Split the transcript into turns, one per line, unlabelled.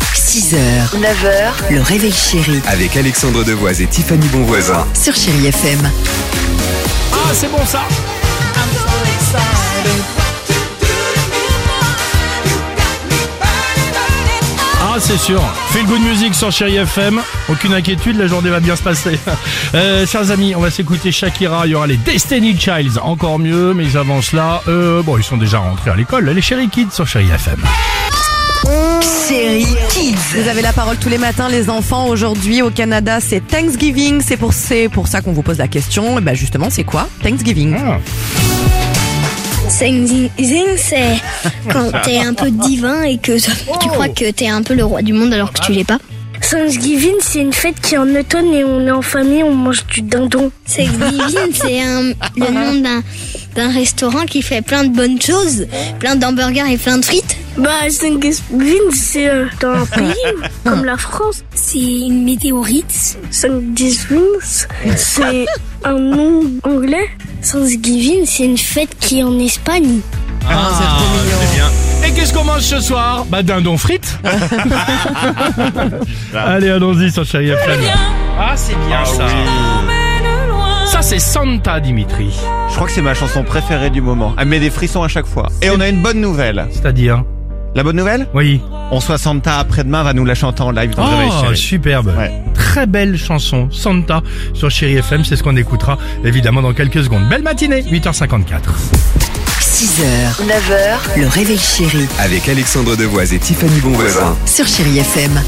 6h, 9h, le réveil chéri
Avec Alexandre Devoise et Tiffany Bonvoisin.
sur Chéri FM.
Ah, c'est bon ça Ah, c'est sûr. Feel good music sur Chéri FM. Aucune inquiétude, la journée va bien se passer. Euh, chers amis, on va s'écouter Shakira. Il y aura les Destiny Childs, encore mieux, mais avant cela, euh, bon, ils sont déjà rentrés à l'école. Les Chéri Kids sur Chéri FM.
Chéri Kids.
Vous avez la parole tous les matins, les enfants. Aujourd'hui, au Canada, c'est Thanksgiving. C'est pour, c'est pour ça qu'on vous pose la question. Et ben justement, c'est quoi Thanksgiving
Ah,
Zing zing zing, c'est quand t'es un peu divin et que tu crois que t'es un peu le roi du monde alors que tu l'es pas.
Thanksgiving, c'est une fête qui est en automne et on est en famille, on mange du dindon.
Thanksgiving, c'est un- le nom d'un, d'un restaurant qui fait plein de bonnes choses, plein d'hamburgers et plein de frites.
Bah, Thanksgiving, c'est euh, dans un pays comme la France.
C'est une météorite.
Thanksgiving, c'est un nom anglais.
Thanksgiving, c'est une fête qui est en Espagne.
Ah, c'est bien. Et qu'est-ce qu'on mange ce soir Bah, dindon frites. Allez, allons-y sur Chéri FM. Ah, c'est bien ça. Ça, c'est Santa Dimitri.
Je crois que c'est ma chanson préférée du moment. Elle me met des frissons à chaque fois. Et on a une bonne nouvelle.
C'est-à-dire
La bonne nouvelle
Oui.
On 60 ans après-demain va nous la chanter en live dans le Réveil
Oh,
Chéri.
superbe.
Ouais.
Très belle chanson, Santa, sur Chéri FM. C'est ce qu'on écoutera évidemment dans quelques secondes. Belle matinée, 8h54.
6h, 9h, le réveil chéri
Avec Alexandre Devoise et Tiffany Bonvoisin.
sur Chéri FM.